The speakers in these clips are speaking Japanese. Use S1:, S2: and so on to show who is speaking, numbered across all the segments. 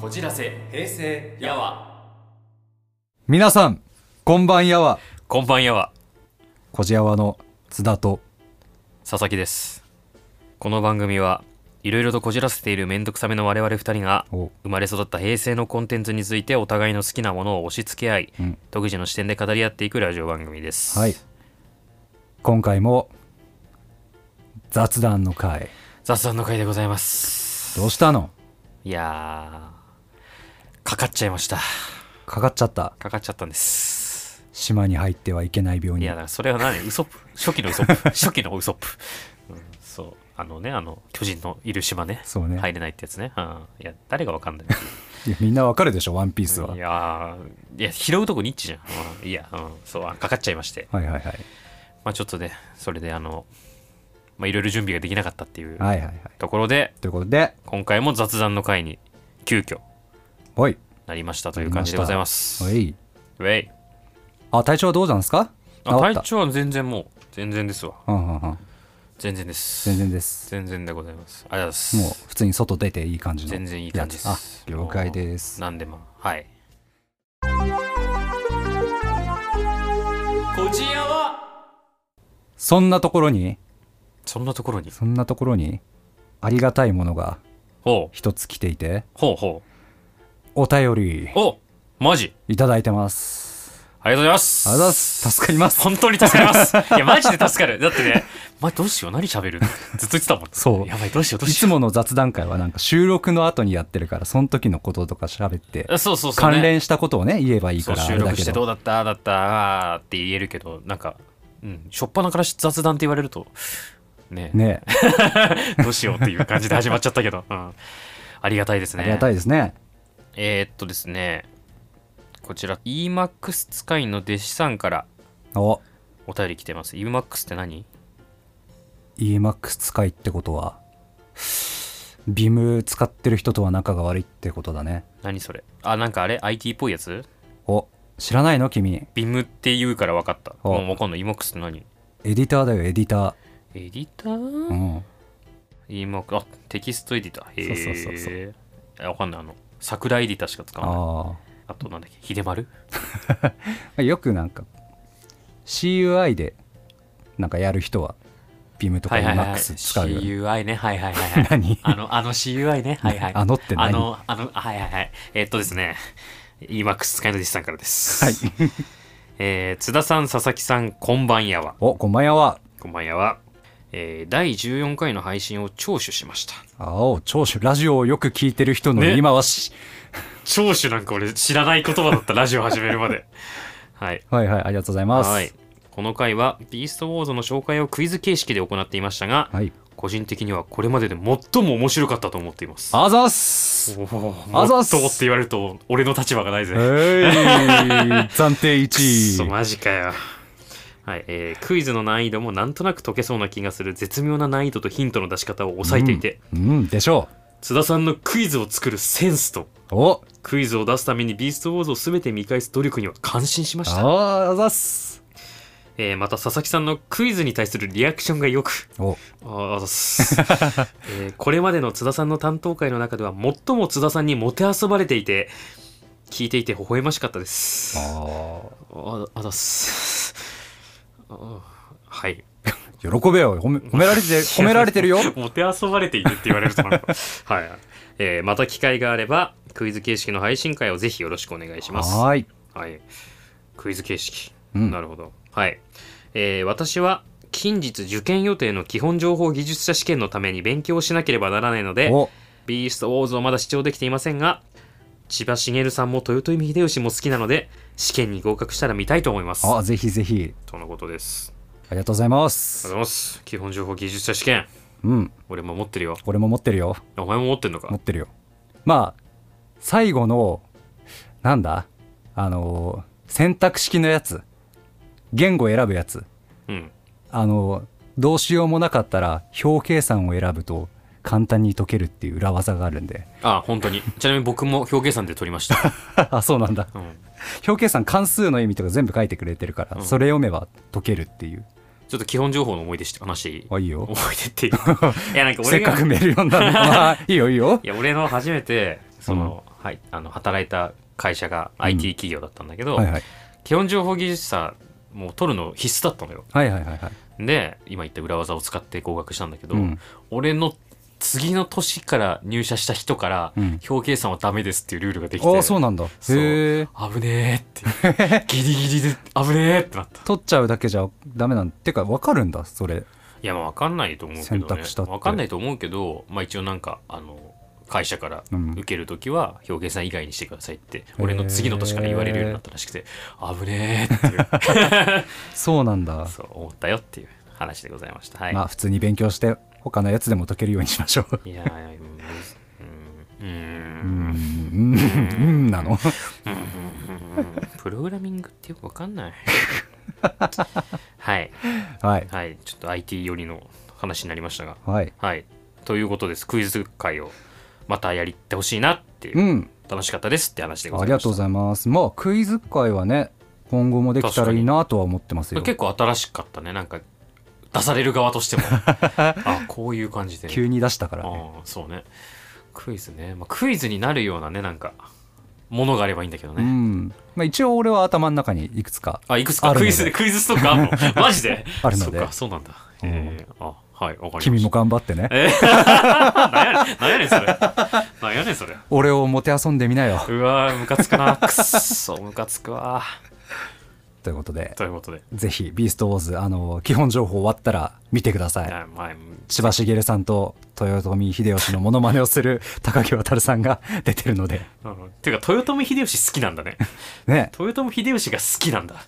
S1: こじらせ
S2: 平成
S1: やわ
S3: 皆さん、こんばんやは、
S1: こんばんやわ
S3: こじやわの津田と、
S1: 佐々木ですこの番組はいろいろとこじらせているめんどくさめの我々二人が
S3: お
S1: 生まれ育った平成のコンテンツについてお互いの好きなものを押し付け合い、
S3: うん
S1: 独自の視点で語り合っていくラジオ番組です
S3: はい。今回も、雑談の回。
S1: 雑談の会でございます
S3: どうしたの
S1: いやーかかっちゃいました
S3: かかっちゃった。
S1: かかっちゃったんです
S3: 島に入ってはいけない病
S1: いやだ。
S3: 人
S1: からそれは何ウソップ初期のウソッ プ初期のウソップ、うん、そうあのねあの巨人のいる島ね
S3: そうね
S1: 入れないってやつね、うん、いや誰がわかんない
S3: いやみんなわかるでしょ、ワンピースは。はいい
S1: やーいや拾うとこニッチじゃん、うんいや、うん、そうあかかっちゃいまして
S3: はいはい。
S1: まあちょっとねそれであのまあいろいろ準備ができなかったっていう
S3: はいはいはい。
S1: ところで
S3: ということで、
S1: 今回も雑談の会に急遽
S3: おい。
S1: なりましたという感じでございます
S3: おい。
S1: ウェイ
S3: あ、体調はどうなんですか
S1: あ
S3: 治っ
S1: 体
S3: た。
S1: 調は全然もう全然ですわ
S3: うんうんうん。
S1: 全然です
S3: 全然です。
S1: 全然でございますありがとうございます
S3: もう、普通に外出ていい感じのやつ。
S1: 全然いい感じです
S3: あ、了解です。
S1: なんでもはいこじやは
S3: そんなところに、
S1: そんなところに
S3: そんなところに、ありがたいものが
S1: ほう
S3: 一つ来ていて、
S1: ほうほ
S3: お便り
S1: うおマジ
S3: いただいてます。
S1: ありがとうございます
S3: ありがとうございます。助かります。
S1: 本当に助かり ますいやマジで助かるだってねお前どうしよう何喋るずっと言ってたもん
S3: そう
S1: やばいどうしようどう
S3: い
S1: し
S3: つ
S1: よう
S3: もの雑談会はなんか収録の後にやってるから、その時のこととか喋って、
S1: あそうそうそう、ね、
S3: 関連したことをね、言えばいい
S1: そ
S3: か
S1: う
S3: ら、あ
S1: 収
S3: れだ
S1: 録
S3: け
S1: してど
S3: ど。
S1: うだったああだったあーって言えるけどなんかうん初っ端から雑談って言われるとね
S3: ねえ、
S1: どうしようっていう感じで始まっちゃったけど、うん、ありがたいですね
S3: ありがたいですね。
S1: えー、っとですねこちら EMAX 使いの弟子さんから
S3: お、
S1: お便り来てます EMAX って何
S3: EMAX 使いってことは、ビム使ってる人とは仲が悪いってことだね。
S1: 何それあなんかあれ IT っぽいやつ
S3: お、知らないの君。
S1: ビムって言うから分かった
S3: お
S1: もう分かんない EMAX って何
S3: エディターだよ、エディタ
S1: エディタ
S3: ー。
S1: ー、
S3: うん。
S1: ?EMAX あテキストエディターへえ
S3: そうそうそうそ
S1: 分かんないあの桜エディターしか使わない
S3: あ
S1: あとなんだっけ秀丸
S3: あ。よくなんか、CUI で、なんかやる人は、ビムとか
S1: はいはいはいはい
S3: EMAX 使うよね。
S1: CUI ねはいはいはいはい
S3: 何
S1: あのあの CUI ねはいはい
S3: あのって何
S1: あのあのはいはいはいえっとですね EMAX 使いの弟子さんからです
S3: はい。
S1: えー津田さん佐々木さんこんばんやは
S3: お、こんばんやは。
S1: こんばんやは、えー第14回の配信を聴取しました
S3: 青、聴取、ラジオをよく聞いてる人の
S1: ね
S3: 今はし、
S1: 聴取なんか俺知らない言葉だったラジオ始めるまで はい
S3: はいはい、ありがとうございます。
S1: はい。この回はビーストウォーズの紹介をクイズ形式で行っていましたが、
S3: はい。
S1: 個人的にはこれまでで最も面白かったと思っています
S3: あざっす
S1: おー
S3: あざっ
S1: もっ
S3: す
S1: とって言われると俺の立場がないぜ
S3: えい、暫定
S1: くっそ
S3: 1位。
S1: マジかよはいえークイズの難易度もなんとなく解けそうな気がする絶妙な難易度とヒントの出し方を抑えていて、
S3: うん、でしょ
S1: 津田さんのクイズを作るセンスと
S3: う。お、
S1: クイズを出すためにビーストウォーズを全て見返す努力には感心しました、
S3: ああざっす。
S1: えーまた佐々木さんのクイズに対するリアクションがよく
S3: お、
S1: ああざっす、 えーこれまでの津田さんの担当会の中では最も津田さんにもてあそばれていて聞いていて微笑ましかったです
S3: あ
S1: ああざっすあはい
S3: ー喜べよ。褒め褒 められて、褒められてるよ。
S1: もてあそばれていてって言われるとなん かはい、えーまた機会があればクイズ形式の配信会をぜひよろしくお願いします
S3: はーい。
S1: はい。クイズ形式。
S3: うん
S1: なるほど。はい。えー私は近日受験予定の基本情報技術者試験のために勉強しなければならないので、
S3: お、
S1: ビーストウォーズをまだ視聴できていませんが、千葉茂さんも豊臣秀吉も好きなので、試験に合格したら見たいと思います。
S3: あ、ぜひぜひ。
S1: とのことです。
S3: ありがとうございま
S1: あり
S3: す。
S1: がとうございます。基本情報技術者試験。
S3: うん、
S1: 俺も持ってるよ。
S3: 俺も持ってるよ。
S1: お前も持ってんの
S3: 持
S1: か
S3: ってるよ。まあ、最後の、なんだあのー、選択式のやつ。言語選ぶやつ。
S1: うん。
S3: あのどうしようもなかったら表計算を選ぶと簡単に解けるっていう裏技があるんで
S1: あ本当に。ちなみに僕も表計算で取りました。
S3: あそうなんだ
S1: うん。
S3: 表計算関数の意味とか全部書いてくれてるから、
S1: うん
S3: それ読めば解けるっていう
S1: ちょっと基本情報の思い出して話していい
S3: あいいよ
S1: 思い出っ ていうかいやなんか
S3: せ
S1: 俺
S3: っ
S1: が
S3: かくメール読んだのにまあいいよいいよ
S1: いや俺の初めてその、はい、あの働いた会社が
S3: ん
S1: IT 企業だったんだけど、
S3: はいはい
S1: 基本情報技術者もう取るの必須だったのよ
S3: はいはいはいはい
S1: で今言った裏技を使って合格したんだけど、
S3: うん
S1: 俺の次の年から入社した人から、
S3: うん
S1: 表計算はダメですっていうルールができ
S3: あ
S1: て
S3: あそうなんだ
S1: そう
S3: へえ
S1: 危ねえってギリギリで危ねえってなった
S3: 取っちゃうだけじゃダメなんてか分かるんだそれ
S1: いやまあ分かんないと思うけど、ね、
S3: 選択したって
S1: 分かんないと思うけど、まあ、一応なんかあの会社から
S3: うん
S1: 受けるときは表計算以外にしてくださいって、俺の次の年から言われるようになったらしくて危ねえっていう
S3: そうなんだ
S1: そう思ったよっていう話でございましたはい、
S3: まあ普通に勉強して他のやつでも解けるようにしましょう
S1: いやーうんうんう
S3: う
S1: ん
S3: んうんうんなの
S1: プログラミングってよくわかんないはい
S3: はい
S1: はいちょっと IT 寄りの話になりましたが
S3: はい
S1: はいということですクイズ会をまたやりってほしいなっていううん楽しかったですって話でご
S3: あ
S1: ざい
S3: りが
S1: ました
S3: とうございますまあクイズ会はね今後もできたらいいなとは思ってますよ
S1: 結構新しかったねなんか出される側と してもあこういう感じで
S3: 急に出したからね
S1: ああそうねクイズね、まあ、クイズになるようなねなんかものがあればいいんだけど
S3: う
S1: ね、
S3: んまあ一応俺は頭の中にいくつか
S1: あ、いくつか
S3: ある
S1: ク
S3: の
S1: イ
S3: で
S1: ズで、クイズストックあんの マジで
S3: あるので
S1: そうか、そうなんだ。えーあ、はい、わかりました。
S3: 君も頑張ってね
S1: えーなんやねん、なんやねん、それ。なんやねん、それ。
S3: 俺をもて遊んでみなよ
S1: うわー、ムカつく な。くっそ、ムカつくわ。
S3: ということで
S1: ということで。
S3: ぜひ「ビーストウォーズ」あの基本情報終わったら見てください
S1: あまあ、
S3: 千葉茂さんと豊臣秀吉のモノマネをする高木渉さんが出てるの で
S1: あのていうか、豊臣秀吉好きなんだね。
S3: ね
S1: 豊臣秀吉が好きなんだ。あ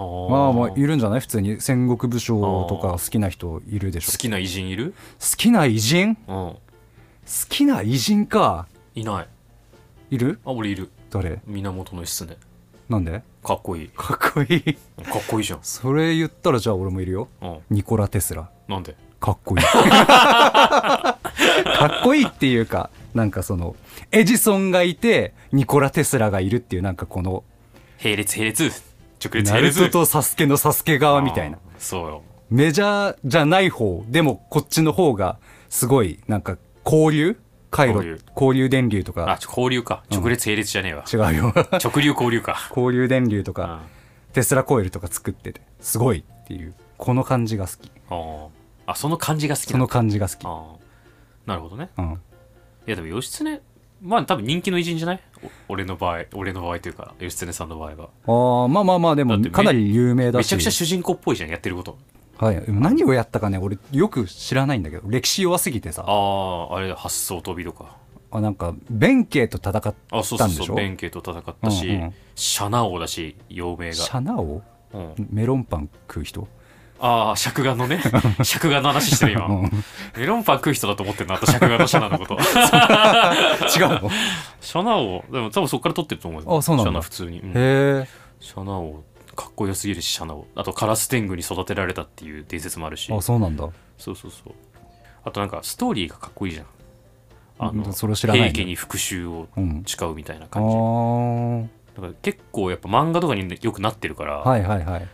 S1: ー
S3: まあまあい
S1: 好
S3: るんじゃない普通に戦国武将とか好きな人いるでしょ
S1: きな偉人いる
S3: 好きな偉人好
S1: うん。
S3: きな偉人か
S1: いない。
S3: いる
S1: あ、俺いる。
S3: 誰
S1: 源義経。
S3: なんで
S1: かっこいい。
S3: かっこいい
S1: かっこいいじゃん。
S3: それ言ったらじゃあ俺もいるよ
S1: うん。
S3: ニコラ・テスラ
S1: なんで
S3: かっこい いかっこいいっていうかなんかそのエジソンがいてニコラ・テスラがいるっていうなんかこの
S1: 並列、並列。直列、
S3: ナ
S1: 並
S3: ルト
S1: 列。
S3: とサスケのサスケ側みたいな
S1: あー。そうよ。
S3: メジャーじゃない方でもこっちの方がすごいなんか交流回路
S1: 交
S3: 交
S1: 流
S3: 流電流と
S1: あ
S3: か、
S1: 交流か。直列並列じゃねえわ。
S3: 違う よ
S1: 直流交流か。
S3: 交流電流と
S1: うん。
S3: か
S1: あ
S3: テスラコイルとか作っててすごいっていうこの感じが好き
S1: ーあ、その感じが好き
S3: そ
S1: な
S3: の
S1: の。
S3: 感じが好き、
S1: あーなるほどね。
S3: うん、
S1: いや、でも、義経、まあ、多分人気の偉人じゃないお俺の場合、俺の場合というか、義経さんの場合は。
S3: あーまあまあまあで
S1: だっ
S3: も
S1: てめ
S3: かなり有名だ
S1: め
S3: し
S1: ちゃくちゃ主人公っぽいじゃん、やってること。
S3: はい、何をやったかね俺よく知らないんだけど歴史弱すぎてさ
S1: ああ、あれだ、発想飛びとか。
S3: あなんか弁慶と戦っ
S1: あ、そう
S3: た
S1: そうん
S3: でし
S1: そう、
S3: ょ
S1: 弁慶と戦ったし、
S3: うんうん
S1: シャナ王だし、陽明
S3: シ
S1: が。
S3: ャナを
S1: うん、
S3: メロンパン食う人
S1: ああ、釈迦の ね、釈迦の話してる今。
S3: うん 違う
S1: メロンパン食う人だと思ってるな、あと釈迦のシャナの こと。
S3: の
S1: シャナ王、でも多分そこから取ってると思うよ。
S3: あそうなんだ
S1: シャナ普通に。うん
S3: へえ
S1: シャナ王かっこよすぎるしシャナ王あとカラス天狗に育てられたっていう伝説もあるし
S3: あそうなんだ
S1: そうそうそうあとなんかストーリーがかっこいいじゃんあ
S3: う
S1: の
S3: んそれ知らないね
S1: 平家に復讐を
S3: うん
S1: 誓うみたいな
S3: あ
S1: 感じ、
S3: ー
S1: だから結構やっぱ漫画とかによくなってるから、
S3: はいはいはい
S1: っ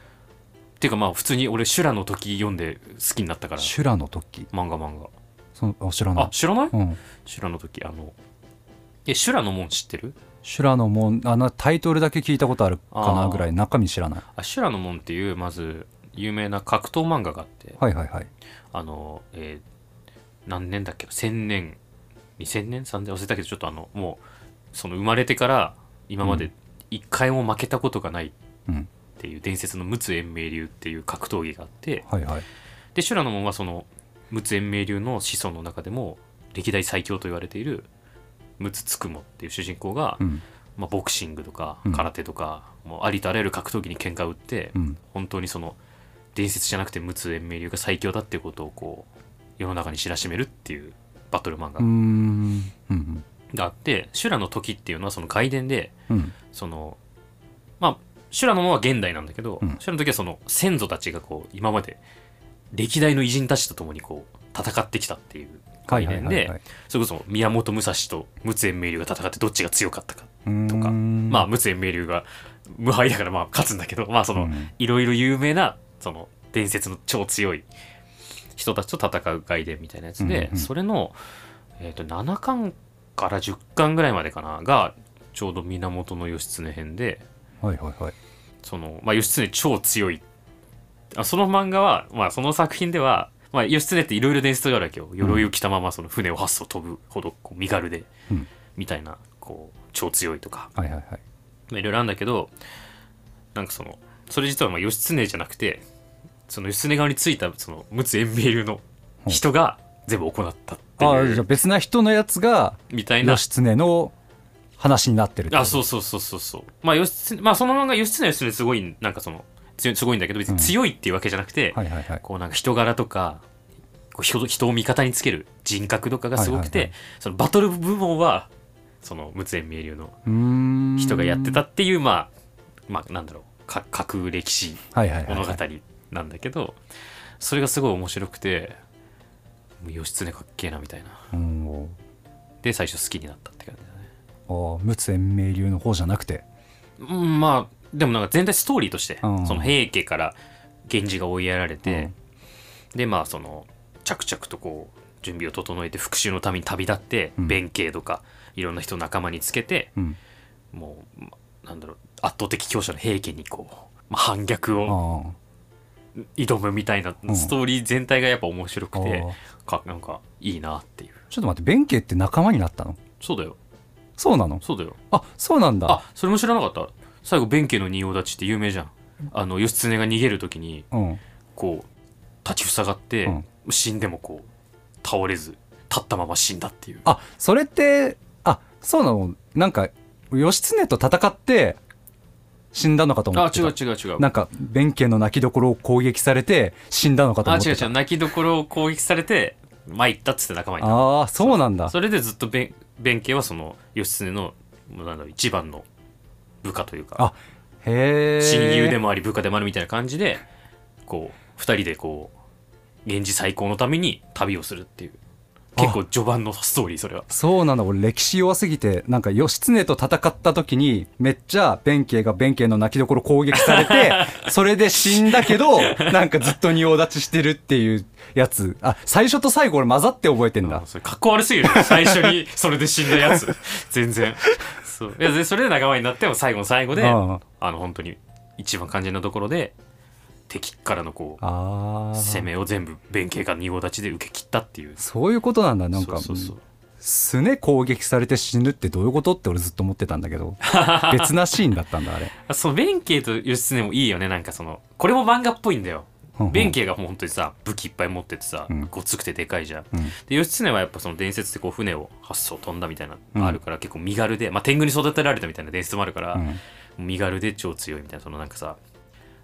S1: ていうかまあ普通に俺修羅の時読んで好きになったから
S3: 修羅の時
S1: 漫画漫画
S3: そのあ知らない
S1: あ知らない
S3: うん、
S1: 修羅の時あのえ修羅の門知ってる
S3: 修羅の門あなタイトルだけ聞いたことあるか
S1: あ
S3: な
S1: ー
S3: ぐらい中身知らない
S1: あ修羅の門っていうまず有名な格闘漫画があって
S3: はいはいはい
S1: あの、えー何年だっけな1000年2000年3000年忘れたけどちょっとあのもうその生まれてから今ま
S3: う
S1: で一回も負けたことがないっ
S3: うん
S1: ていう伝説の陸奥延明流っていう格闘技があって
S3: はいはい
S1: で修羅の門はその陸奥延明流の子孫の中でも歴代最強と言われている陸奥つくもっていう主人公が、
S3: うん
S1: まあ、ボクシングとか
S3: うん
S1: 空手とか、もうありとあらゆる格闘技に喧嘩を打って、
S3: うん
S1: 本当にその伝説じゃなくて陸奥延明流が最強だっていうことをこう世の中に知らしめるっていうバトル漫
S3: うー
S1: 画
S3: んうん
S1: があって修羅の時っていうのはその外伝で
S3: うんうん
S1: そのまあ修羅のものは現代なんだけど、
S3: うん
S1: 修羅の時はその先祖たちがこう今まで歴代の偉人たちと共にこう戦ってきたっていう
S3: は
S1: 概
S3: いはい
S1: 念
S3: はい
S1: で
S3: はい
S1: それこそ宮本武蔵と陸奥延明流が戦ってどっちが強かったか
S3: うーん
S1: とかまあ陸奥延明流が無敗だからまあ勝つんだけどまあその、
S3: うん
S1: いろいろ有名なその伝説の超強い人たちと戦う外伝みたいなやつで、
S3: うんうん
S1: それの、えー、と7巻から10巻ぐらいまでかながちょうど源義経編で
S3: はいはいはい
S1: その、まあ、義経超強いあその漫画は、まあ、その作品では、まあ、義経っていろいろ伝説があるわけよ鎧を着たままその船を八艘飛ぶほどこう身軽で、
S3: うん
S1: みたいなこう超強いとか
S3: はいはいはい
S1: まあいろいろあるんだけどなんかそのそれ実はまあ義経じゃなくてその義経側についたその陸奥円明流の人が全部行ったって
S3: ああ
S1: い
S3: じゃあ
S1: う
S3: 別な人のやつが
S1: みたいな
S3: 義経の話になってる
S1: あそううそうそうそうそうまあ義経まあその漫画義経は義経ですごいなんかその強いすごいんだけど別に強いっていうわけじゃなくて、
S3: はいはいはい
S1: こうなんか人柄とかこう人人を味方につける人格とかがすごくて、
S3: はいはい
S1: そのバトル部門はその陸奥円明流の
S3: うーん
S1: 人がやってたっていうまあまあなんだろうか架空歴史
S3: はいはいはい
S1: 物
S3: は
S1: 語
S3: い
S1: なんだけど、それがすごい面白くてもう義経かっけえなみたいな
S3: うん
S1: で最初好きになったって感じだね
S3: あー陸奥延命流の方じゃなくて
S1: うんまあでもなんか全体ストーリーとして、
S3: うん
S1: その平家から源氏が追いやられて、でまあその着々とこう準備を整えて復讐のために旅立って、
S3: うん
S1: 弁慶とかいろんな人を仲間につけて
S3: うん
S1: もうまなんだろう圧倒的強者の平家にこう、まあ、反逆を
S3: ああ
S1: 挑むみたいな
S3: うん
S1: ストーリー全体がやっぱ面白くて、
S3: ああ
S1: かなんかいいなっていう
S3: ちょっと待って弁慶って仲間になったの
S1: そうだよ
S3: そうなの
S1: そうだよ
S3: あそうなんだ
S1: あそれも知らなかった最後弁慶の仁王立ちって有名じゃんあの義経が逃げる時に
S3: うん
S1: こう立ちふさがって、
S3: うん
S1: 死んでもこう倒れず立ったまま死んだっていう
S3: あそれってあそうなのなんか義経と戦って死んだのかと思
S1: あ
S3: って
S1: 違
S3: た
S1: う違う違う
S3: なんか弁慶の泣きどころを攻撃されて死んだのかと
S1: あ
S3: 思っ
S1: 違う違
S3: てた
S1: う泣きどころを攻撃されて参ったっつって仲間になっ
S3: ああそうなんだ
S1: たそれでずっと弁弁慶はその義経のなんだろう一番の部下というか
S3: あへえ
S1: 親友でもあり部下でもあるみたいな感じでこう2人でこう源氏再興のために旅をするっていう結構序盤のストーリーそれは
S3: そうなんだ俺歴史弱すぎてなんか義経と戦った時にめっちゃ弁慶が弁慶の泣きどころ攻撃さ れてそれで死んだけどなんかずっと仁王立ちしてるっていうやつあ最初と最後俺混ざって覚えてんだ、
S1: うんそれかっこ悪すぎるよ最初 にそれで死んだやつ全然そういやでそれで仲間になっても最後の最後であ
S3: あ
S1: の本当に一番肝心なところで敵からのこう
S3: あー
S1: 攻めを全部弁慶が二号立ちで受け切ったっていう
S3: そういうことなんだなんか
S1: そうそうそう
S3: すね攻撃されて死ぬってどういうことって俺ずっと思ってたんだけ ど別なシーンだったんだあれ
S1: あその弁慶と義経もいいよねなんかそのこれも漫画っぽいんだよ
S3: うんうん
S1: 弁慶がもう本当にさ武器いっぱい持っててさ、
S3: うん
S1: ごつくてでかいじゃん、
S3: うん
S1: で義経はやっぱその伝説でこう船を八艘飛んだみたいな
S3: うん
S1: あるから、結構身軽で、まあ、天狗に育てられたみたいな伝説もあるから、
S3: うん
S1: 身軽で超強いみたいなそのなんかさ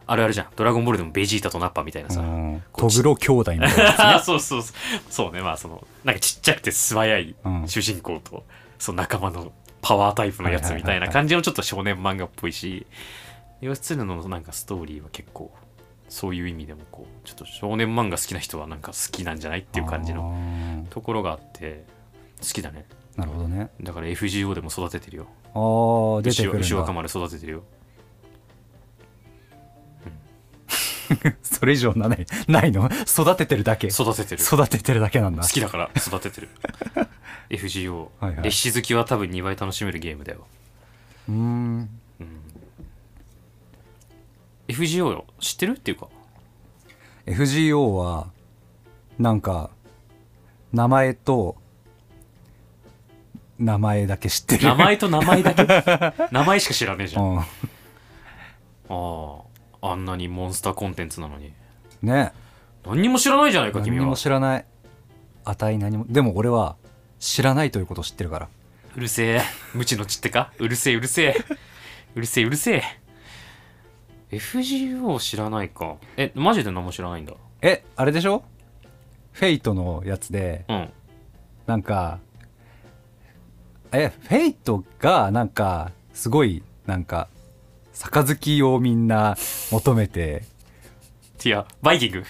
S1: あるあるじゃん「ドラゴンボール」でもベジータとナッパみたいなさ、
S3: うん
S1: こ
S3: ト
S1: っち
S3: グロ兄弟みたい な
S1: あそうそうそうそうねまあそのなんかちっちゃくて素早い
S3: うん
S1: 主人公と、その仲間のパワータイプのやつみたいな感じのちょっと少年漫画っぽいし義経のなんかストーリーは結構そういう意味でもこうちょっと少年漫画好きな人はなんか好きなんじゃないっていう感じの
S3: の
S1: ところがあって好きだね
S3: なるほどね
S1: だから FGO でも育ててるよ
S3: あー出て
S1: 牛
S3: くるんだ
S1: 牛若丸育ててるよ
S3: それ以上なないないの育ててるだけ
S1: 育ててる
S3: 育ててるだけなんだ
S1: 好きだから育てて る FGO
S3: はいはい
S1: 歴史好きは多分2倍楽しめるゲームだよ
S3: うーん
S1: FGO よ知ってるっていうか
S3: FGO はなんか名前と名前だけ知ってる
S1: 名前と名前だけ 名前しか知らねえじゃんあ
S3: うん
S1: ああんなにモンスターコンテンツなのに
S3: ね
S1: 何にも知らないじゃないか
S3: 何
S1: 君
S3: に
S1: は
S3: も知らない値何もでも俺は知らないということを知ってるから
S1: うるせえ無知の知ってかうるせえうるせえうるせえうるせえ FGO 知らないかえマジで何も知らないんだ
S3: えあれでしょフェイトのやつで
S1: うん
S3: なんかえフェイトがなんかすごいなんか杯をみんな求めて
S1: いやバイ キング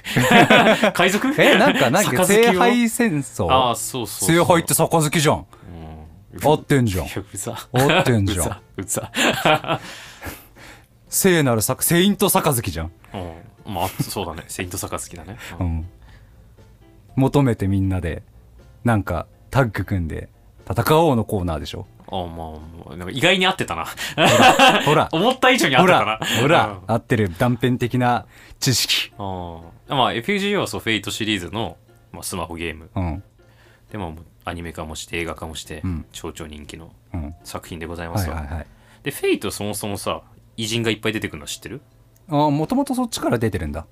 S1: 海賊
S3: えなんかなんか
S1: 杯を
S3: 聖杯戦争
S1: ああそうそうそう
S3: 聖杯って杯じゃん
S1: うん
S3: 合ってんじゃん
S1: いやうざ
S3: 合ってんじ
S1: う
S3: ゃん
S1: ざうざ
S3: 聖なるさ聖イント杯じゃん、
S1: うんまあそう だねセイントサカ好きだね、う
S3: うんん、求めてみんなでなんかタッグ組んで戦おうのコーナーでしょ
S1: あまあ、なんか意外に合ってたな。
S3: ほら
S1: 思った以上に合っ
S3: ほ
S1: てたな
S3: ら。ほら合ってる断片的な知識
S1: うん。あまあ、FGO はそう、フェイトシリーズの、まあ、スマホゲーム。
S3: うん
S1: でも、アニメ化もして、映画化もして、
S3: うん
S1: 超々人気の
S3: うん
S1: 作品でございま
S3: はい
S1: す
S3: は
S1: わ
S3: いはい
S1: で、フェイトそもそもさ、偉人がいっぱい出てくるの知ってる
S3: ああもともとそっちから出てるんだ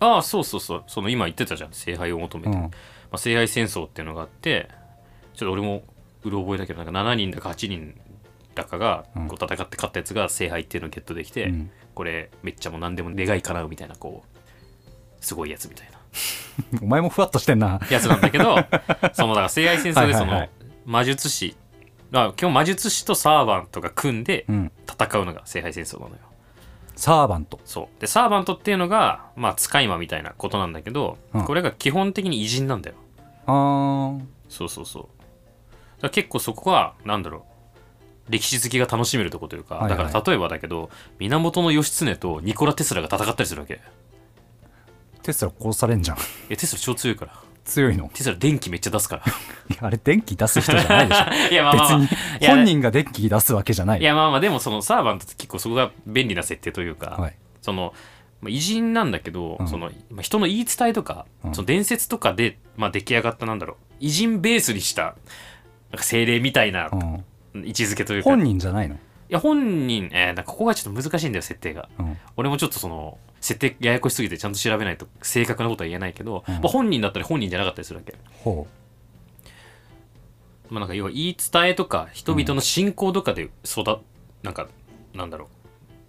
S1: ああ、そうそうそう。その今言ってたじゃん。聖杯を求めて。
S3: う
S1: ま
S3: ん
S1: あ、聖杯戦争っていうのがあって、ちょっと俺もうろ覚えだけど、なんか7人だか8人だかが
S3: うん
S1: こう戦って勝ったやつが聖杯っていうのをゲットできて、
S3: うん
S1: これめっちゃもう何でも願い叶うみたいな、こう、すごいやつみたいな。
S3: お前もふわっとしてんな
S1: やつなんだけ どそのだから性愛戦争でそ
S3: はいはいは
S1: の
S3: い
S1: 魔術師あ基本魔術師とサーバントが組んで
S3: うん
S1: 戦うのが聖杯戦争なのよ
S3: サーバント
S1: そうでサーバントっていうのがまあ使い魔みたいなことなんだけど、
S3: うん
S1: これが基本的に偉人なんだよ
S3: あー
S1: そうそうそうだから結構そこはなんだろう歴史好きが楽しめるとこというか、
S3: はいはい
S1: だから例えばだけど源義経とニコラ・テスラが戦ったりするわけい
S3: テスラ殺されんじゃん
S1: やテスラ超強いから
S3: 強いの
S1: テスラ電気めっちゃ出すから
S3: いやあれ電気出す人じゃないでしょ
S1: い やまあまあ、まあ、
S3: 別に本人が電気出すわけじゃない
S1: いやまあまあでもそのサーバントって結構そこが便利な設定というか、
S3: はい
S1: そのまあ偉人なんだけど、
S3: うん
S1: そのまあ人の言い伝えとか、
S3: うん
S1: その伝説とかで、まあ、出来上がったなんだろう偉人ベースにしたなんか精霊みたいな
S3: うん
S1: 位置づけというか、
S3: 本
S1: い
S3: 人じゃないの
S1: や本人、えー、なんかここがちょっと難しいんだよ設定が
S3: うん
S1: 俺もちょっとその設定ややこしすぎてちゃんと調べないと正確なことは言えないけど、
S3: うん
S1: まあ、本人だったり本人じゃなかったりするわけ、
S3: ほ
S1: まあ、なんか要は言い伝えとか人々の信仰とかで育っ、なんかなんだろ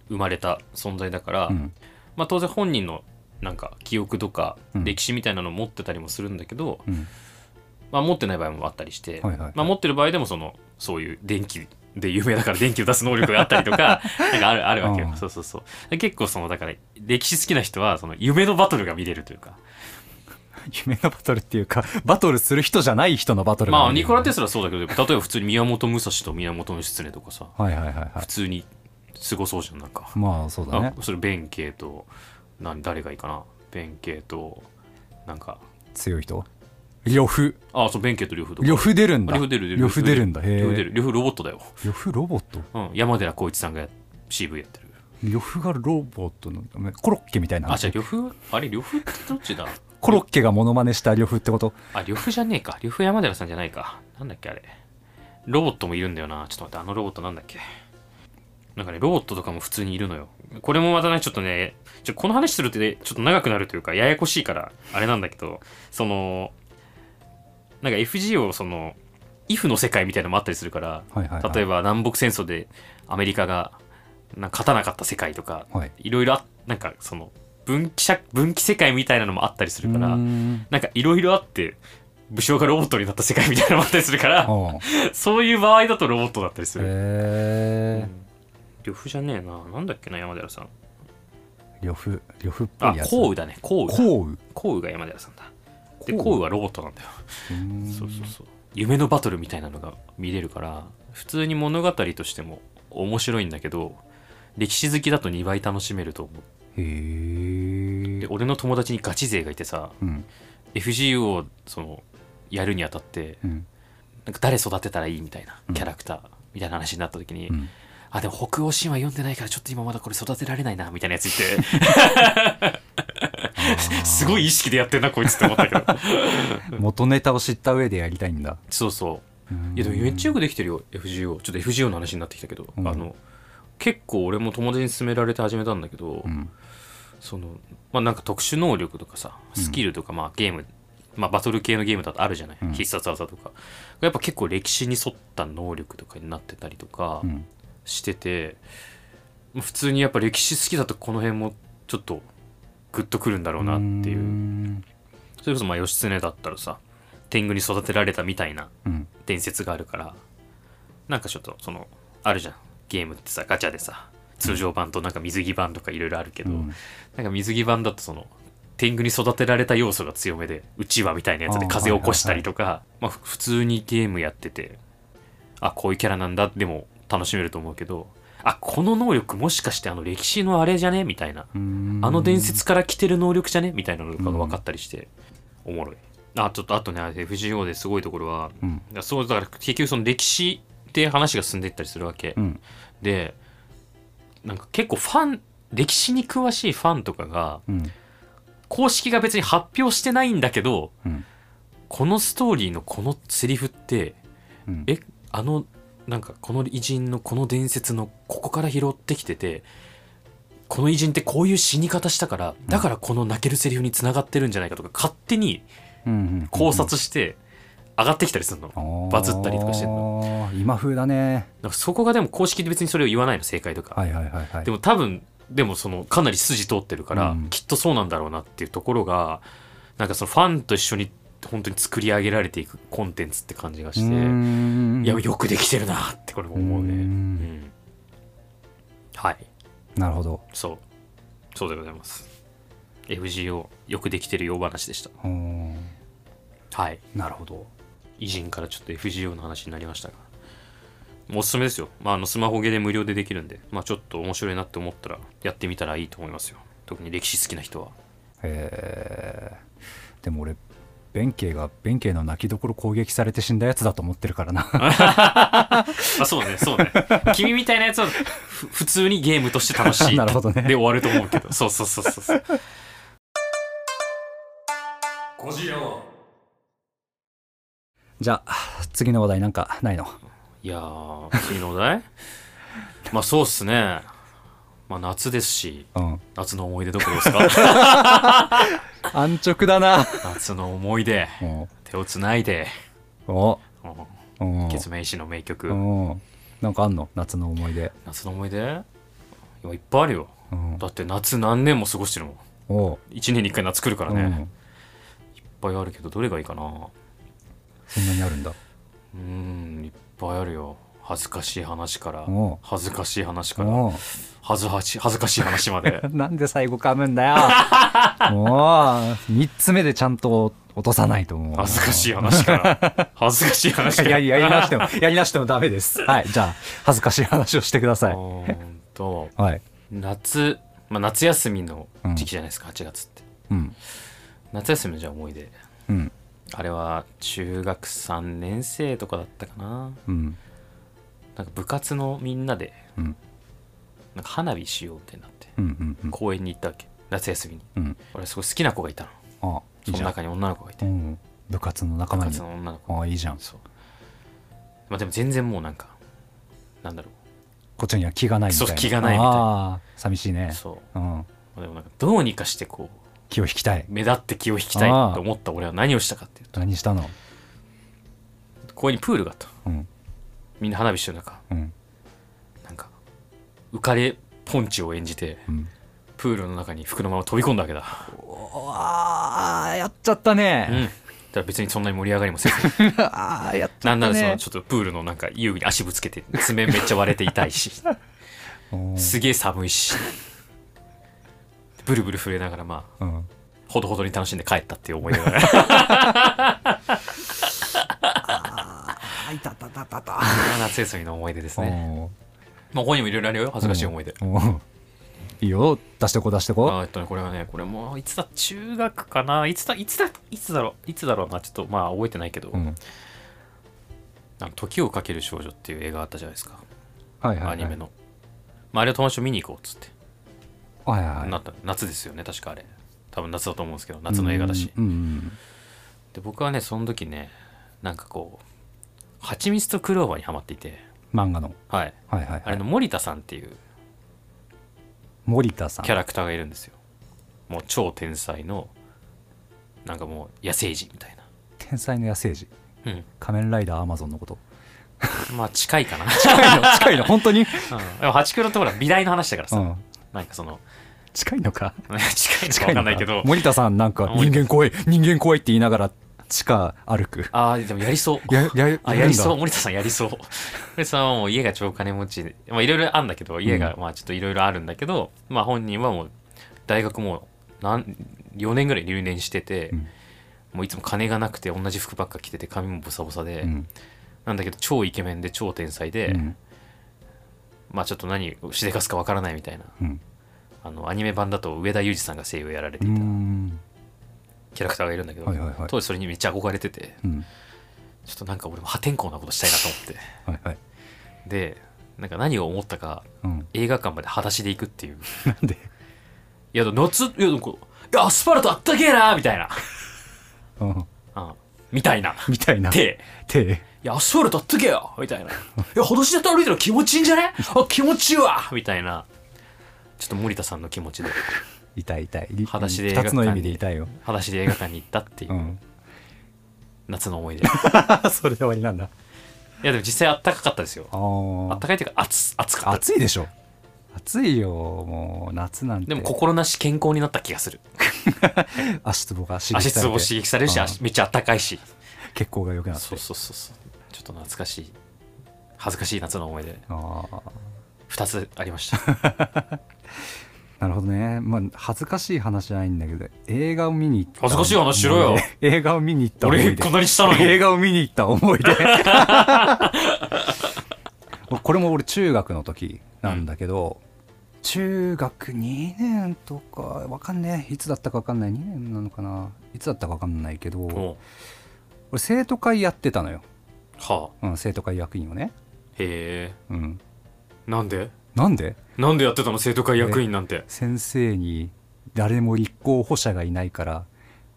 S1: う生まれた存在だから、
S3: ううん
S1: まあ、当然本人のなんか記憶とか
S3: うん
S1: 歴史みたいなのを持ってたりもするんだけど、
S3: うん
S1: まあ、持ってない場合もあったりして、
S3: はいはいはい
S1: まあ、持ってる場合でもそのそういう電気で有名だから電気を出す能力があったりとかなんかあるあるわけよ、
S3: うん
S1: そうそうそうで結構そのだから歴史好きな人はその夢のバトルが見れるというか
S3: 夢のバトルっていうかバトルする人じゃない人のバトル
S1: まあニコラ・テ
S3: ス
S1: スラはそうだけど例えば普通に宮本武蔵と源義経とかさ
S3: はいはいはいは
S1: 普通にすごそうじゃんなんか
S3: いまあそうだね
S1: あそれ弁慶となん誰がいいかな弁慶となんか
S3: 強い人呂布
S1: あそう弁慶と両方とか
S3: 呂布出るんだ
S1: 両方出る
S3: 呂布出るんだへ
S1: 両方出
S3: え
S1: る両方ロボットだよ、
S3: 呂布ロボット
S1: うん、山寺宏一さんが CV やってる
S3: 呂布がロボットのコロッケみたいな
S1: あじゃあ呂布あれ呂布ってどっちだ
S3: コロッケがモノマネした呂布ってこと
S1: あ呂布じゃねえか呂布山寺さんじゃないかなんだっけあれロボットもいるんだよなちょっと待ってあのロボットなんだっけなんかねロボットとかも普通にいるのよこれもまたねちょっとねちょこの話するとねちょっと長くなるというかややこしいからあれなんだけどそのなんか FGO その IF の世界みたいなのもあったりするから
S3: はいはいはい
S1: 例えば南北戦争でアメリカがなんか勝たなかった世界とか、
S3: はい
S1: いろいろあなんかその分岐社分岐世界みたいなのもあったりするから
S3: うーん
S1: なんかいろいろあって武将がロボットになった世界みたいなのもあったりするから
S3: ああ
S1: そういう場合だとロボットだったりする
S3: へ
S1: 呂布、じゃねえななんだっけな山寺さん
S3: え呂布呂布っぽ
S1: あ
S3: いやつ
S1: 降雨だね降雨
S3: こう
S1: 降雨が山寺さんだで
S3: 降雨
S1: 降雨はロボットなんだよ
S3: そ
S1: そううんそうそう夢のバトルみたいなのが見れるから普通に物語としても面白いんだけど歴史好きだと2倍楽しめると思う
S3: へえ
S1: で俺の友達にガチ勢がいてさ
S3: うん
S1: FGU をそのやるにあたって
S3: うん
S1: なんか誰育てたらいいみたいなキャラクターみたいな話になった時に、
S3: うん
S1: あでも北欧神話読んでないからちょっと今まだこれ育てられないなみたいなやついて すごい意識でやってんなこいつって思った けど
S3: 元ネタを知った上でやりたいんだ
S1: そうそういやでもめっちゃよくできてるよ FGO ちょっと FGO の話になってきたけど、
S3: うん
S1: あの結構俺も友達に勧められて始めたんだけど、
S3: うん
S1: そのまあなんか特殊能力とかさスキルとか、まあゲームまあバトル系のゲームだとあるじゃない、
S3: うん
S1: 必殺技とかやっぱ結構歴史に沿った能力とかになってたりとか
S3: うん
S1: してて、普通にやっぱ歴史好きだとこの辺もちょっとグッとくるんだろうなっていう
S3: ー
S1: うんそれこそまあ義経だったらさ天狗に育てられたみたいな
S3: うん
S1: 伝説があるからなんかちょっとそのあるじゃんゲームってさガチャでさ通常版となんか水着版とかいろいろあるけど、
S3: うん
S1: なんか水着版だとその天狗に育てられた要素が強めでうちわみたいなやつで
S3: あー
S1: 風を起こしたりとかまあ、ふ普通にゲームやっててあこういうキャラなんだでも楽しめると思うけどあこの能力もしかしてあの歴史のあれじゃねみたいな
S3: うーん
S1: あの伝説から来てる能力じゃねみたいなのとかが分かったりして、おもろい。あ、ちょっとあとね、FGO ですごいところは、
S3: うん
S1: そうだから結局その歴史って話が進んでいったりするわけ、
S3: うん
S1: でなんか結構ファン歴史に詳しいファンとかが
S3: うん
S1: 公式が別に発表してないんだけど
S3: うん
S1: このストーリーのこのセリフって
S3: うん
S1: えあのなんかこの偉人のこの伝説のここから拾ってきててこの偉人ってこういう死に方したからだからこの泣けるセリフにつながってるんじゃないかとか勝手に
S3: うんうん
S1: 考察して上がってきたりするの、バズったりとかしてん
S3: の今風だね
S1: なんかそこがでも公式で別にそれを言わないの正解とか、
S3: はいはいはいはい
S1: でも多分でもそのかなり筋通ってるから、
S3: うん
S1: きっとそうなんだろうなっていうところがなんかそのファンと一緒に本当に作り上げられていくコンテンツって感じがして、
S3: い
S1: いやよくできてるなってこれも思うね
S3: うん
S1: うんはい
S3: なるほど
S1: そうそうでございます FGO よくできてるよお話でした
S3: うーん
S1: はい
S3: なるほど
S1: 偉人からちょっと FGO の話になりましたがおすすめですよ、まあ、あのスマホゲーで無料でできるんで、まあ、ちょっと面白いなって思ったらやってみたらいいと思いますよ特に歴史好きな人は
S3: えーでも俺弁慶が弁慶の泣きどころ攻撃されて死んだやつだと思ってるからな
S1: あそうねそう ね君みたいなやつはふ普通にゲームとして楽しい
S3: なるほどね
S1: で終わると思うけどそうそうそうそうそう小次郎
S3: じゃあ次の話題なんかないの
S1: いやー次のお題まあそうっすねまあ夏ですし
S3: うん
S1: 夏の思い出どころですか
S3: 安直だな
S1: 夏の思い出
S3: うん
S1: 手をつないで
S3: お
S1: うん
S3: うん
S1: ケツメイシの名曲、
S3: うんなんかあんの夏の思い出
S1: 夏の思い出いやいっぱいあるよ
S3: うん
S1: だって夏何年も過ごしてるもん
S3: おう
S1: 1年に1回夏来るからね、
S3: う
S1: いっ
S3: ん
S1: ぱいあるけどどれがいいかな
S3: そんなにあるんだ
S1: うーんいっぱいあるよ恥ずかしい話から
S3: おう
S1: 恥ずかしい話から
S3: おう
S1: 恥ずはし恥ずかしい話まで
S3: なんで最後噛むんだよ もう3つ目でちゃんと落とさないと思う
S1: 恥ずかしい話 から恥ずかしい話から
S3: やりやりなしてもやりなしてもダメですはいじゃあ恥ずかしい話をしてくださ
S1: う
S3: い
S1: ーんと
S3: はい
S1: 夏、まあ、夏休みの時期じゃないですか、8月って
S3: うん
S1: 夏休みのじゃあ思い出
S3: うん
S1: あれは中学3年生とかだったかな
S3: うん
S1: なんか部活のみんなで
S3: うん
S1: なんか花火しようみたいになって
S3: うんうんうん
S1: 公園に行ったわけ夏休みに
S3: うん
S1: 俺すごい好きな子がいたの
S3: あ
S1: そ
S3: いい
S1: の
S3: じゃん
S1: 中に女の子がいて
S3: うん部活の仲
S1: 部
S3: 間に
S1: 活の女の子
S3: あいいじゃん
S1: そうまあでも全然もうなんかなんだろ
S3: こっちには気がないみたいな
S1: そう気がないみたいな
S3: ああ寂しいうね
S1: そう
S3: うん
S1: まあでもなんかどうにかしてこう
S3: 気を引きたい
S1: 目立って気を引きたいと思った俺は何をしたかっていうと
S3: 何したの
S1: 公園にプールがあった
S3: うん
S1: みんな花火してる中
S3: うん
S1: なんか浮かれポンチを演じて
S3: うん
S1: プールの中に服のまま飛び込んだわけだ
S3: ああやっちゃった
S1: うん
S3: ね
S1: だから別にそんなに盛り上がりもせ ず
S3: ああやっち
S1: な
S3: ゃった
S1: んならその
S3: ね
S1: ちょっとプールのなんか遊具に足ぶつけて爪めっちゃ割れて痛いし
S3: うん
S1: すげえ寒いしブルブル震えながらまあ
S3: うん
S1: ほどほどに楽しんで帰ったっていう思い出 が
S3: あいたたたたた
S1: 夏休みの思い出ですね、
S3: ね
S1: まあ、ここにもいろいろあるよ恥ずかしい思い出、
S3: うんいいよ出してこ出してこ
S1: あーえっとねこれはねこれもういつだ中学かないつだいつだいつだろういつだろうなちょっとまあ覚えてないけど「
S3: うん
S1: あの時をかける少女」っていう映画あったじゃないですか、
S3: はいはいはい
S1: アニメの、まあ、あれを友達と見に行こうっつって、
S3: はいはい
S1: なった夏ですよね確かあれ多分夏だと思うんですけど夏の映画だし、
S3: うんうん
S1: で僕はねその時ねなんかこう「蜂蜜とクローバー」にハマっていて
S3: うん漫画の
S1: はい
S3: はいはい
S1: あれ
S3: はい
S1: の森田さんっていう
S3: 森田さん
S1: キャラクターがいるんですよもう超天才のなんかもう野生児みたいな
S3: 天才の野生児
S1: うん
S3: 仮面ライダーアマゾンのこと
S1: まあ近いかな、
S3: 近いの近いの本当に、
S1: うん、でもハチクロってほら美大の話だから
S3: う
S1: さ、
S3: ん、
S1: なんかその
S3: 近いのか
S1: 近いのか
S3: 近
S1: 分
S3: いの
S1: かんないけど
S3: 森田さんなんか
S1: あ森
S3: 人
S1: 田
S3: 間怖い人間怖いって言いながら地下歩く
S1: ああでもやりそう
S3: ややや
S1: あ
S3: るんだ
S1: やりそう森田さんやりそう森田さんはもう家が超金持ちでまあいろいろあるんだけど家がまあちょっといろいろあるんだけど、まあ本人はもう大学も何4年ぐらい留年してて、
S3: うん
S1: もういつも金がなくて同じ服ばっか着てて髪もボサボサで、
S3: うん
S1: なんだけど超イケメンで超天才で、
S3: うん
S1: まあちょっと何をしでかすかわからないみたいな
S3: うん
S1: あのアニメ版だと上田裕二さんが声優をやられ
S3: う
S1: ていた
S3: ん
S1: キャラクターがいるんだけど、
S3: はいはいはい
S1: 当時それにめっちゃ憧れてて
S3: うん
S1: ちょっとなんか俺も破天荒なことしたいなと思って。
S3: はいはい
S1: でなんか何を思ったか
S3: うん、
S1: 映画館まで裸足で行くっていう
S3: なんで、
S1: いや夏いやなんかいやアスファルトあったけえなみたいな、
S3: うん、
S1: うん、みたいな
S3: みたいな。
S1: で
S3: 手
S1: いや、アスファルトあったけよみたいな。いや、裸足で歩いてるの気持ちいいんじゃねあ、気持ちいいわみたいな。ちょっと森田さんの気持ちで、
S3: 痛い痛い。
S1: 裸足で映画
S3: 二つ
S1: 館
S3: の
S1: に
S3: 意味で痛いよ。
S1: 裸足で映画館に行ったって いう、
S3: うん。
S1: 夏の思い出。い
S3: それで終わりなんだ。
S1: や、でも実際あったかかったですよ。
S3: あ
S1: あった
S3: ー
S1: かいというか、暑、暑かった。
S3: 暑いでしょ。暑いよ、もう、夏なんて。
S1: でも、心なし健康になった気がする。
S3: 足つぼが刺激
S1: 足
S3: さ
S1: つ
S3: れ
S1: ぼ
S3: て
S1: 刺激されるし、
S3: うん
S1: 足めっちゃあったかいし。
S3: 血行が良くなって。
S1: そうそうそうそう。ちょっと懐かしい。恥ずかしい夏の思い出。
S3: ああ。
S1: 二つありました。
S3: なるほどね。まあ、恥ずかしい話じゃないんだけど、映画を見に行った。
S1: 恥ずかしい話しろよ。
S3: 映画を見に行った思
S1: 俺、
S3: い出
S1: こ。んなにしたの
S3: 映
S1: に。
S3: 画を見に行った思い出。これも俺中学の時なんだけど、中学2年とかわかんねえいつだったかわかんない2年なのかないつだったかわかんないけど
S1: も
S3: 俺生徒会やってたのよ、
S1: う、はあ、
S3: うん、生徒会役員をね、
S1: へ
S3: うん、
S1: え。なんで
S3: なんで
S1: なんでやってたの生徒会役員なん て。
S3: 先生に誰も立候補者がいないから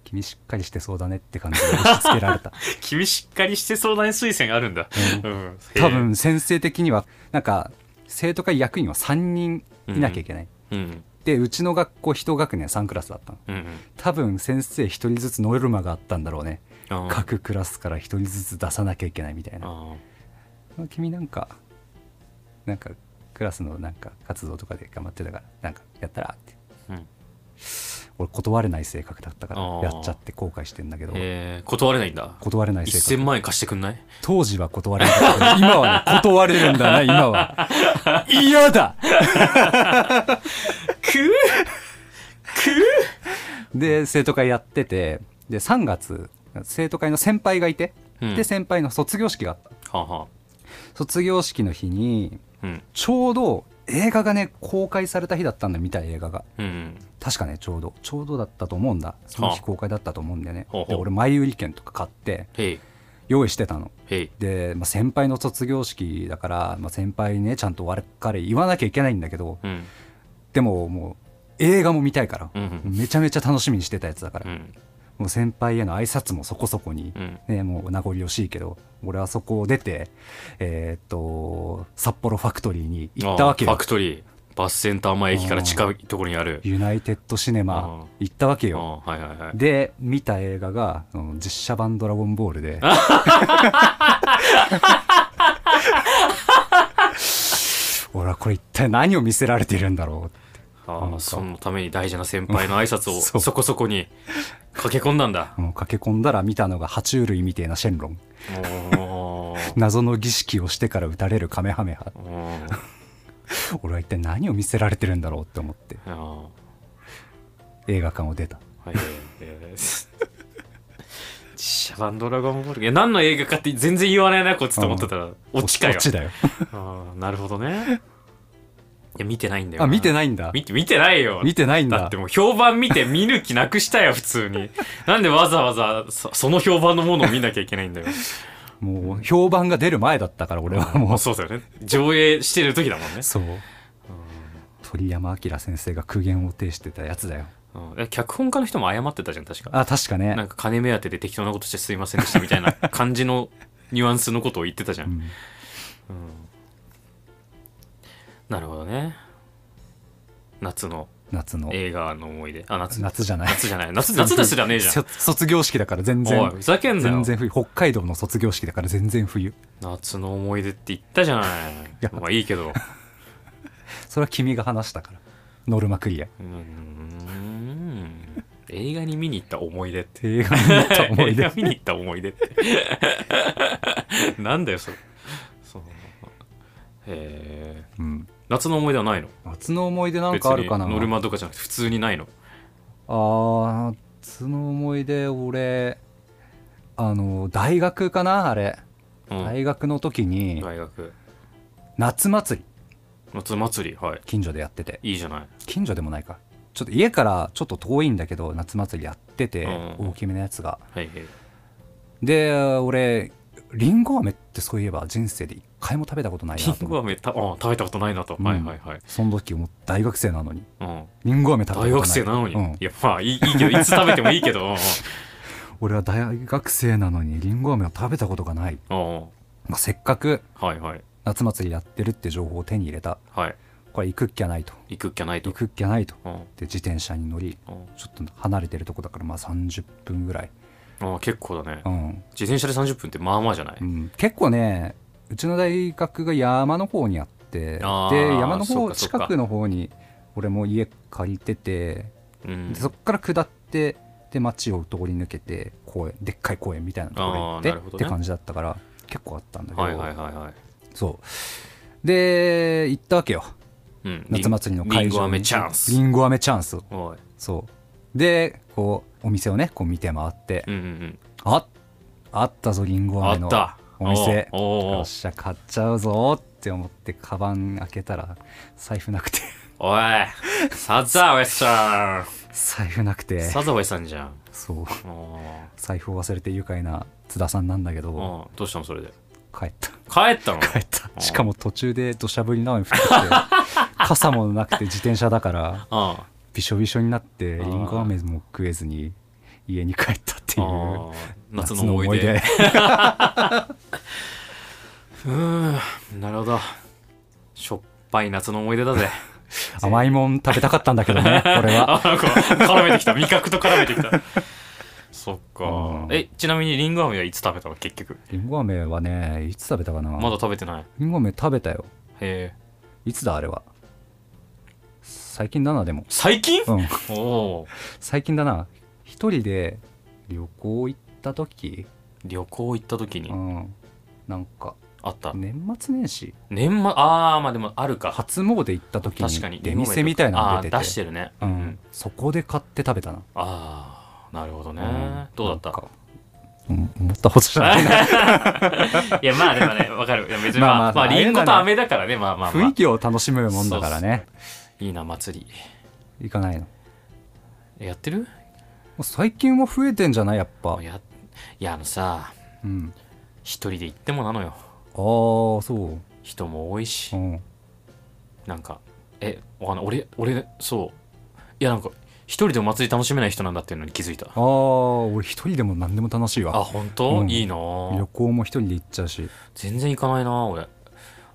S3: 君しっかりしてそうだねって感じで押し付けられた
S1: 君しっかりしてそうだね推薦あるんだ、
S3: う
S1: うん
S3: 多、分先生的にはなんか生徒会役員は3人いなきゃいけない、
S1: へえうん
S3: でうちの学校1学年3クラスだったの
S1: うんうん
S3: 多分先生1人ずつノルマがあったんだろうね
S1: あー
S3: 各クラスから1人ずつ出さなきゃいけないみたいな
S1: あ
S3: 君なんかなんかクラスのなんか活動とかで頑張ってたからなんかやったらって
S1: ー、うん
S3: 俺断れない性格だったから
S1: あー
S3: やっちゃって後悔してんだけど
S1: えー断れないんだ
S3: 断れない性
S1: 1000
S3: 格
S1: 万円貸してくんない
S3: 当時は断れなかったけど今はね断れるんだ な今は嫌だ
S1: くー
S3: で生徒会やっててで3月生徒会の先輩がいて、
S1: うん
S3: で先輩の卒業式があった
S1: はあはあ
S3: 卒業式の日に
S1: うん
S3: ちょうど映画がね公開された日だったんだ見た映画が
S1: うんうん
S3: 確かねちょうどちょうどだったと思うんだその日公開だったと思うんだよね
S1: ほうほう
S3: で俺前売り券とか買って
S1: へい
S3: 用意してたの
S1: へい
S3: で、まあ、先輩の卒業式だから、まあ、先輩にねちゃんと我々言わなきゃいけないんだけど
S1: うん
S3: でももう映画も見たいから、
S1: うん
S3: めちゃめちゃ楽しみにしてたやつだから、
S1: うん
S3: もう先輩への挨拶もそこそこに
S1: う、ん
S3: ね、もう名残惜しいけど俺はそこを出てえーっと札幌ファクトリーに行ったわけ
S1: あー
S3: よ
S1: ファクトリーバスセンター前駅から近いところにある
S3: ユナイテッドシネ
S1: うん
S3: マ行ったわけ
S1: あ
S3: よ
S1: ーはいはいはい
S3: で見た映画があの実写版「ドラゴンボール で」俺はこれ一体何を見せられているんだろ
S1: あ
S3: な
S1: ー
S3: んか
S1: そのために大事な先輩の挨拶
S3: うん そ
S1: を
S3: う
S1: そこそこに駆け込んだんだ
S3: うもう駆け込んだら見たのが爬虫類みてえなシェンロン
S1: おー
S3: 謎の儀式をしてから撃たれるカメハメハ
S1: おー
S3: 俺は一体何を見せられてるんだろうって思って
S1: あー
S3: 映画館を出た
S1: はい、 えー実写版ドラゴンボール。いや、何の映画かって全然言わないな、こっちと思ってたら、オチかよ
S3: オ。チだよ
S1: あーなるほどね。いや、見てないんだよ
S3: あ見て
S1: い
S3: ないんだ
S1: 見て見てないよ。
S3: 見てないん
S1: だ
S3: だ
S1: ってもう評判見て見抜きなくしたよ、普通に。なんでわざわざそその評判のものを見なきゃいけないん だよ。
S3: もう評判が出る前だったから俺はも
S1: あ
S3: う
S1: そうだよね。上映してる時だもんね。
S3: そう鳥山明先生が苦言を呈してたやつだよ
S1: うんえ脚本家の人も謝ってたじゃん、確か。
S3: あ確かね
S1: なんか金目当てで適当なことしてすいませんでしたみたいな感じのニュアンスのことを言ってたじゃん
S3: う。ん
S1: なるほどね夏の
S3: 夏の
S1: 映画の思い出あ夏
S3: 夏じゃない
S1: 夏じゃない夏夏ですらねえじゃん
S3: 卒卒業式だから全
S1: おい
S3: 然
S1: ふざけんなよ
S3: 全然冬北海道の卒業式だから全然冬
S1: 夏の思い出って言ったじゃない
S3: や
S1: まあいいけど
S3: それは君が話したからノルマクリア
S1: うーん映画に見に行った思い出って
S3: 映画になった思い
S1: 映
S3: 出
S1: 画見に行った思い出ってなんだよそれそうえー
S3: うん
S1: 夏の思い出はないの
S3: 夏の思い出なんかあるかな
S1: 別にノルマとかじゃなくて普通にないの
S3: あー夏の思い出俺あの大学かなあれ、
S1: うん
S3: 大学の時に
S1: 大学
S3: 夏祭り
S1: 夏祭りはい
S3: 近所でやってて
S1: いいじゃない
S3: 近所でもないかちょっと家からちょっと遠いんだけど夏祭りやってて、
S1: うん
S3: 大きめのやつが
S1: はいはい
S3: で俺リンゴ飴ってそういえば人生で一回も食べたことないな
S1: リ
S3: と思って
S1: ンゴ飴たあ食べたことないなと、
S3: うん
S1: はいはいはい、
S3: その時もう大学生なのに
S1: うん、
S3: リンゴ飴食べたことな
S1: 大
S3: い
S1: 学生なのに、
S3: うん
S1: いやまあいいいいけどいつ食べてもいいけど うん
S3: 俺は大学生なのにリンゴ飴を食べたことがない、
S1: うんうん
S3: まあ、せっかく
S1: はいはい
S3: 夏祭りやってるって情報を手に入れた
S1: はい
S3: これ行くっきゃないと
S1: 行くっきゃないと
S3: 行くっきゃないと
S1: うん
S3: で自転車に乗り
S1: うん
S3: ちょっと離れてるとこだからまあ30分ぐらい、
S1: ああ結構だね
S3: うん
S1: 自転車で30分ってまあまあじゃない、
S3: うん結構ねうちの大学が山の方にあってで
S1: あー
S3: 山の
S1: そっ
S3: 方
S1: かそっか
S3: 近くの方に俺も家借りてて
S1: うん
S3: で、そっから下ってで街を通り抜けて公園でっかい公園みたいなところ行って、
S1: あーなるほど
S3: っ
S1: ね
S3: て感じだったから結構あったんだけど、
S1: はいはいはいはい
S3: そうで行ったわけよ
S1: うん
S3: 夏祭りの
S1: リ
S3: 会場に
S1: ンゴ飴チャンス
S3: リンゴ飴チャンス
S1: おい
S3: そうでこうお店をねこう見て回って、
S1: うんうん
S3: ああったぞリン
S1: う
S3: ゴ
S1: んあ
S3: 飴
S1: っ
S3: の
S1: た
S3: お店
S1: おうおうお
S3: よ
S1: う
S3: っしゃ買っちゃうぞって思ってカバン開けたら財布なくて
S1: おいサザエさ
S3: 財布なくて
S1: んサザエさんじゃん
S3: そう
S1: おー
S3: 財布を忘れて愉快な津田さんなんだけど
S1: うんどうしたのそれで
S3: 帰った
S1: 帰ったの
S3: 帰った
S1: うん
S3: しかも途中で土砂降りの雨降ってき て傘もなくて自転車だから
S1: あ
S3: びしょびしょになって
S1: あ
S3: り
S1: ー
S3: んご飴も食えずに家に帰ったって
S1: あ
S3: いう
S1: あ あ夏の思い出
S3: 夏の
S1: うーんなるほどしょっぱい夏の思い出だぜ
S3: 出 甘いもん食べたかったんだけ どねこれ
S1: あ
S3: は
S1: なんか絡めてきた味覚と絡めてきたそっか
S3: うん
S1: えちなみにリンゴ飴はいつ食べたの結局
S3: りんご飴はねいつ食べたかな
S1: まだ食べてない
S3: りんご飴食べたよ
S1: へえ
S3: いつだあれは最近だなでも
S1: 最近
S3: うん
S1: おおー
S3: 最近だな一人で旅行行った時、
S1: 旅行行った時に
S3: うん、なんか
S1: あった
S3: 年末年始
S1: 年末ああまあでもあるか
S3: 初詣行った時
S1: 確かに
S3: に出店みたいなの出て
S1: あー
S3: て
S1: 出してるね
S3: う
S1: うんん、
S3: そこで買って食べたな、
S1: ああなるほどね、
S3: ん
S1: どうだった
S3: なんかうん思ったほどじゃないな
S1: いやまあでもねわかるいや別に
S3: ま
S1: ま
S3: あ
S1: あ、
S3: ま
S1: ま
S3: あ
S1: あリンゴ
S3: あれだね
S1: と飴だからねまあまあま
S3: 雰
S1: あ
S3: 囲気を楽しむもんだからね
S1: いいな祭り
S3: 行かないのも
S1: えやってる
S3: う最近は増えてんじゃないやっぱ
S1: あやいやあのさ
S3: うん
S1: 一人で行ってもなのよ
S3: ああそ、
S1: 人も多いうし
S3: うん、
S1: なんかえわかんない俺俺そういやなんか一人でお祭り楽しめない人なんだっていうのに気づいた
S3: ああ俺一人でも何でも楽しい
S1: あ
S3: わ
S1: 本当、
S3: うん
S1: いいな
S3: 旅
S1: あ
S3: 行も一人で行っちゃうし
S1: 全然行かないな俺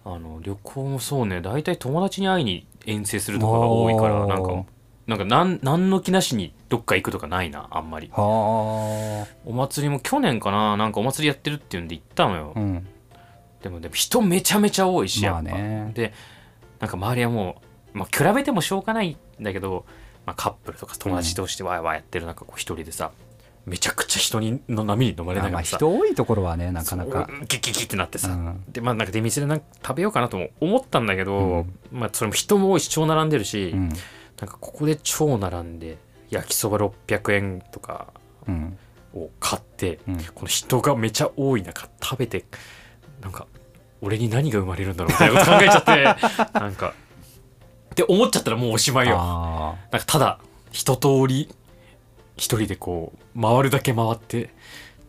S1: あの旅行もそうね大体友達に会いに遠征するとかが多いから
S3: あー
S1: なんかなんかなん何の気なしにどっか行くとかないなあんまり
S3: は
S1: お祭りも去年かななんかお祭りやってるっていうんで行ったのよ、
S3: あうん
S1: でもでも人めちゃめちゃ多いしやっ
S3: まあ
S1: ぱ、
S3: ね
S1: でなんか周りはもう、まあ、比べてもしょうがないんだけど、まあ、カップルとか友達同士でワイワイやってる中こう一人でさめちゃくちゃ人にの波に飲まれな
S3: あ
S1: が
S3: まあ
S1: らさ
S3: 人多いところはねなかなか
S1: そうギッギッギッってなってさ、
S3: うん
S1: でまあなんか出店でなんか食べようかなとも思ったんだけど、まあそれも人も多いし超並んでるし、
S3: うん
S1: なんかここで超並んで焼きそば600円とか
S3: うん
S1: を買って、
S3: うん
S1: この人がめちゃ多い中食べてなんか俺に何が生まれるんだろうみたいなこと考えちゃ ってなんかって思っちゃったらもうおしまいよ
S3: ああ
S1: なんかただ一通り一人でこう回るだけ回って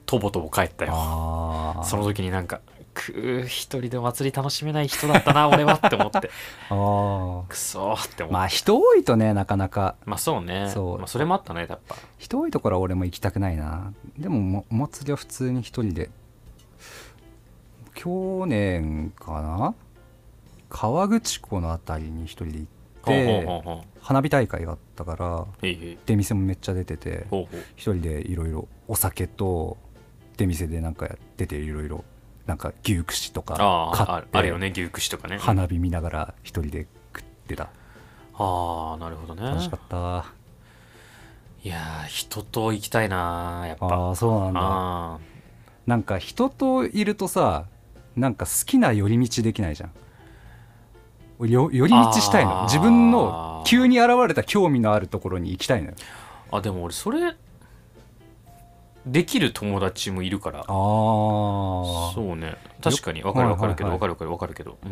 S1: とぼとぼ帰ったよ
S3: ああ
S1: その時になんかくー一人でお祭り楽しめない人だった な俺はって思って
S3: あ
S1: くそーって思って
S3: あ
S1: ま
S3: まあ人多いとねなかなか
S1: あそうね
S3: そう
S1: まあ、それもあったねやっぱ
S3: 人多いところは俺も行きたくないなでももお祭りは普通に一人で去年かな河口湖の辺りに一人で行って
S1: ほうほうほうほ
S3: 花火大会があったから
S1: うへいへい
S3: 出店もめっちゃ出てて
S1: ほうほう
S3: 一人でいろいろお酒と出店でなんかやってていろいろなんか牛串とか
S1: あ
S3: 買
S1: あ
S3: っ
S1: あ
S3: て
S1: あるよね牛串とかね
S3: 花火見ながら一人で食ってた
S1: ああなるほどね
S3: 楽しかった
S1: いやー人と行きたいなーやっぱ
S3: ああそうなんだ
S1: あー
S3: なんか人といるとさなんか好きな寄り道できないじゃん俺よ寄り道したい
S1: あ
S3: の
S1: ー
S3: 自分の急に現れた興味のあるところに行きたいのよ
S1: あでも俺それできる友達もいるから
S3: あ
S1: そうね確かに分かる分かるけど
S3: はい
S1: 分かる
S3: は
S1: 分かる分かるけどうん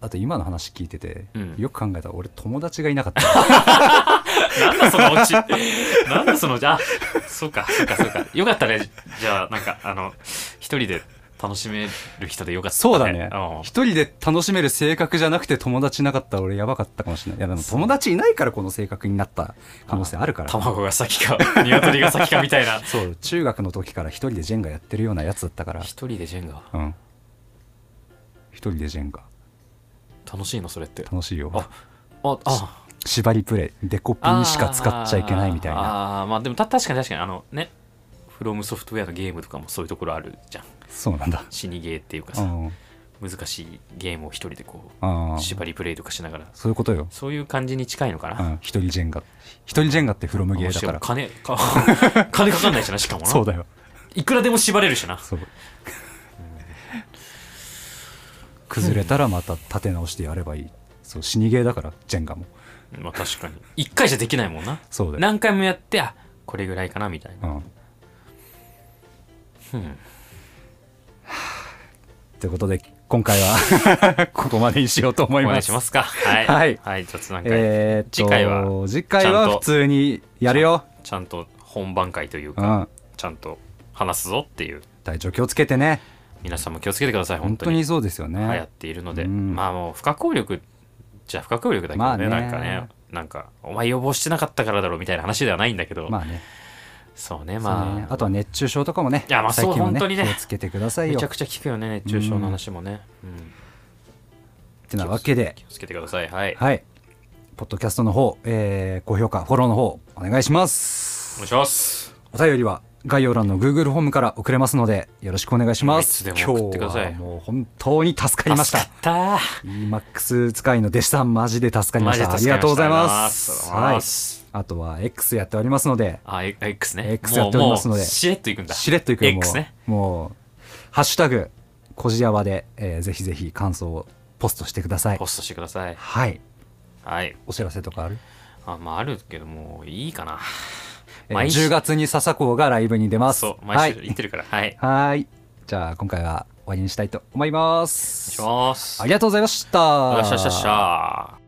S3: あと今の話聞いてて、
S1: うん
S3: よく考えたら俺友達がいなかった
S1: なんだそのうち。 なんだそのうち。あ、そうか、そうか、そうか。よかったね。じゃあ、なんか、あの、一人で楽しめる人でよかった、
S3: そうだね
S1: うん
S3: 一人で楽しめる性格じゃなくて友達いなかったら俺やばかったかもしれないいやでも友達いないからこの性格になった可能性あるから
S1: 卵が先 か、鶏が先かみたいな。
S3: そう中学の時から一人でジェンガやってるようなやつだったから
S1: 一人でジェンガ。
S3: うん一人でジェンガ
S1: 楽しいの、それって。
S3: 楽しいよ
S1: ああ、あ、
S3: 縛りプレイデコピンしか使っちゃいけないみたいな
S1: あーあー、まあでもた確かに確かに、あのね、フロムソフトウェアのゲームとかもそういうところあるじゃん。
S3: そうな んだ
S1: 死にゲーっていうか
S3: う
S1: さ、
S3: ん
S1: 難しいゲームを一人でこ
S3: あ
S1: う、
S3: あ
S1: 縛りプレイとかしながら、
S3: そういうことよ
S1: そういう感じに近いのかな。
S3: うん一人ジェンガ一人ジェンガってフロムゲーだから
S1: しも金か金かかん ないしなしかもな
S3: そうだよ
S1: いくらでも縛れるしな
S3: そう崩れたらまた立て直してやればいいそう死にゲーだからジェンガも
S1: まあ確かに一回じゃできないもんな
S3: そうだよ、
S1: 何回もやってあこれぐらいかなみたいな
S3: うん、っ
S1: うん
S3: てことで今回は ここまでにしようと思
S1: お
S3: い
S1: 願
S3: ま
S1: い
S3: す
S1: しますかはい
S3: はい
S1: はい、雑談会、
S3: えーっと
S1: 次回は
S3: 次回は
S1: ちゃんと
S3: 普通にやるよ、
S1: ちゃんと本番会という
S3: う
S1: か、
S3: ん、
S1: ちゃんと話すぞっていう
S3: 体調気をつけてね
S1: 皆さんも気をつけてください
S3: 本
S1: 本
S3: 当
S1: 当
S3: に
S1: に
S3: そうですよ
S1: 流
S3: ね、
S1: 行っているので、
S3: うん
S1: まあもう不可抗力じゃ不可抗力だけどね,、
S3: まあね
S1: なんかねなんかお前予防してなかったからだろみたいな話ではないんだけど、
S3: まあね
S1: そうね
S3: まあ
S1: まあ
S3: ねあとは熱中症とかもね
S1: いやまあそう
S3: 最近も
S1: 本当にね
S3: 気をつけてください
S1: め
S3: よ
S1: ちゃくちゃ聞くよね熱中症の話もね、うん
S3: ってなわけで
S1: 気をつけてくださいはい、
S3: はいポッドキャストの方、えー高評価フォローの方お願いしま
S1: お
S3: す
S1: 願いします
S3: お便りは概要欄の Google ホームから送れますのでよろしくお願いしま
S1: いつ
S3: す
S1: でも送
S3: 今
S1: って
S3: 日
S1: ください
S3: はもう本当に助かりました
S1: 助かっ
S3: EMAX 使いの弟子さんマジで助か
S1: た
S3: りましたありがとうございま
S1: ありがと
S3: す
S1: うござい
S3: はい
S1: ます
S3: あとは X やっておりますので
S1: あえ X ね
S3: X やっておりますので
S1: もうもうしれっといくんだ
S3: しれっといくよもう
S1: X ね
S3: もうハッシュタグこじやわで、えーぜひぜひ感想をポストしてください
S1: ポストしてください
S3: はい
S1: はい
S3: お知らせとかある、
S1: あまああるけどもういいかな
S3: えー
S1: 毎週
S3: 10月に笹子がライブに出ます
S1: そう
S3: は
S1: 毎週
S3: い
S1: 言ってるからはい、お願
S3: はいじゃあ今回は終わりにしたいと思いま
S1: い
S3: す
S1: します
S3: あ
S1: あり
S3: りがとうございました
S1: がとうございました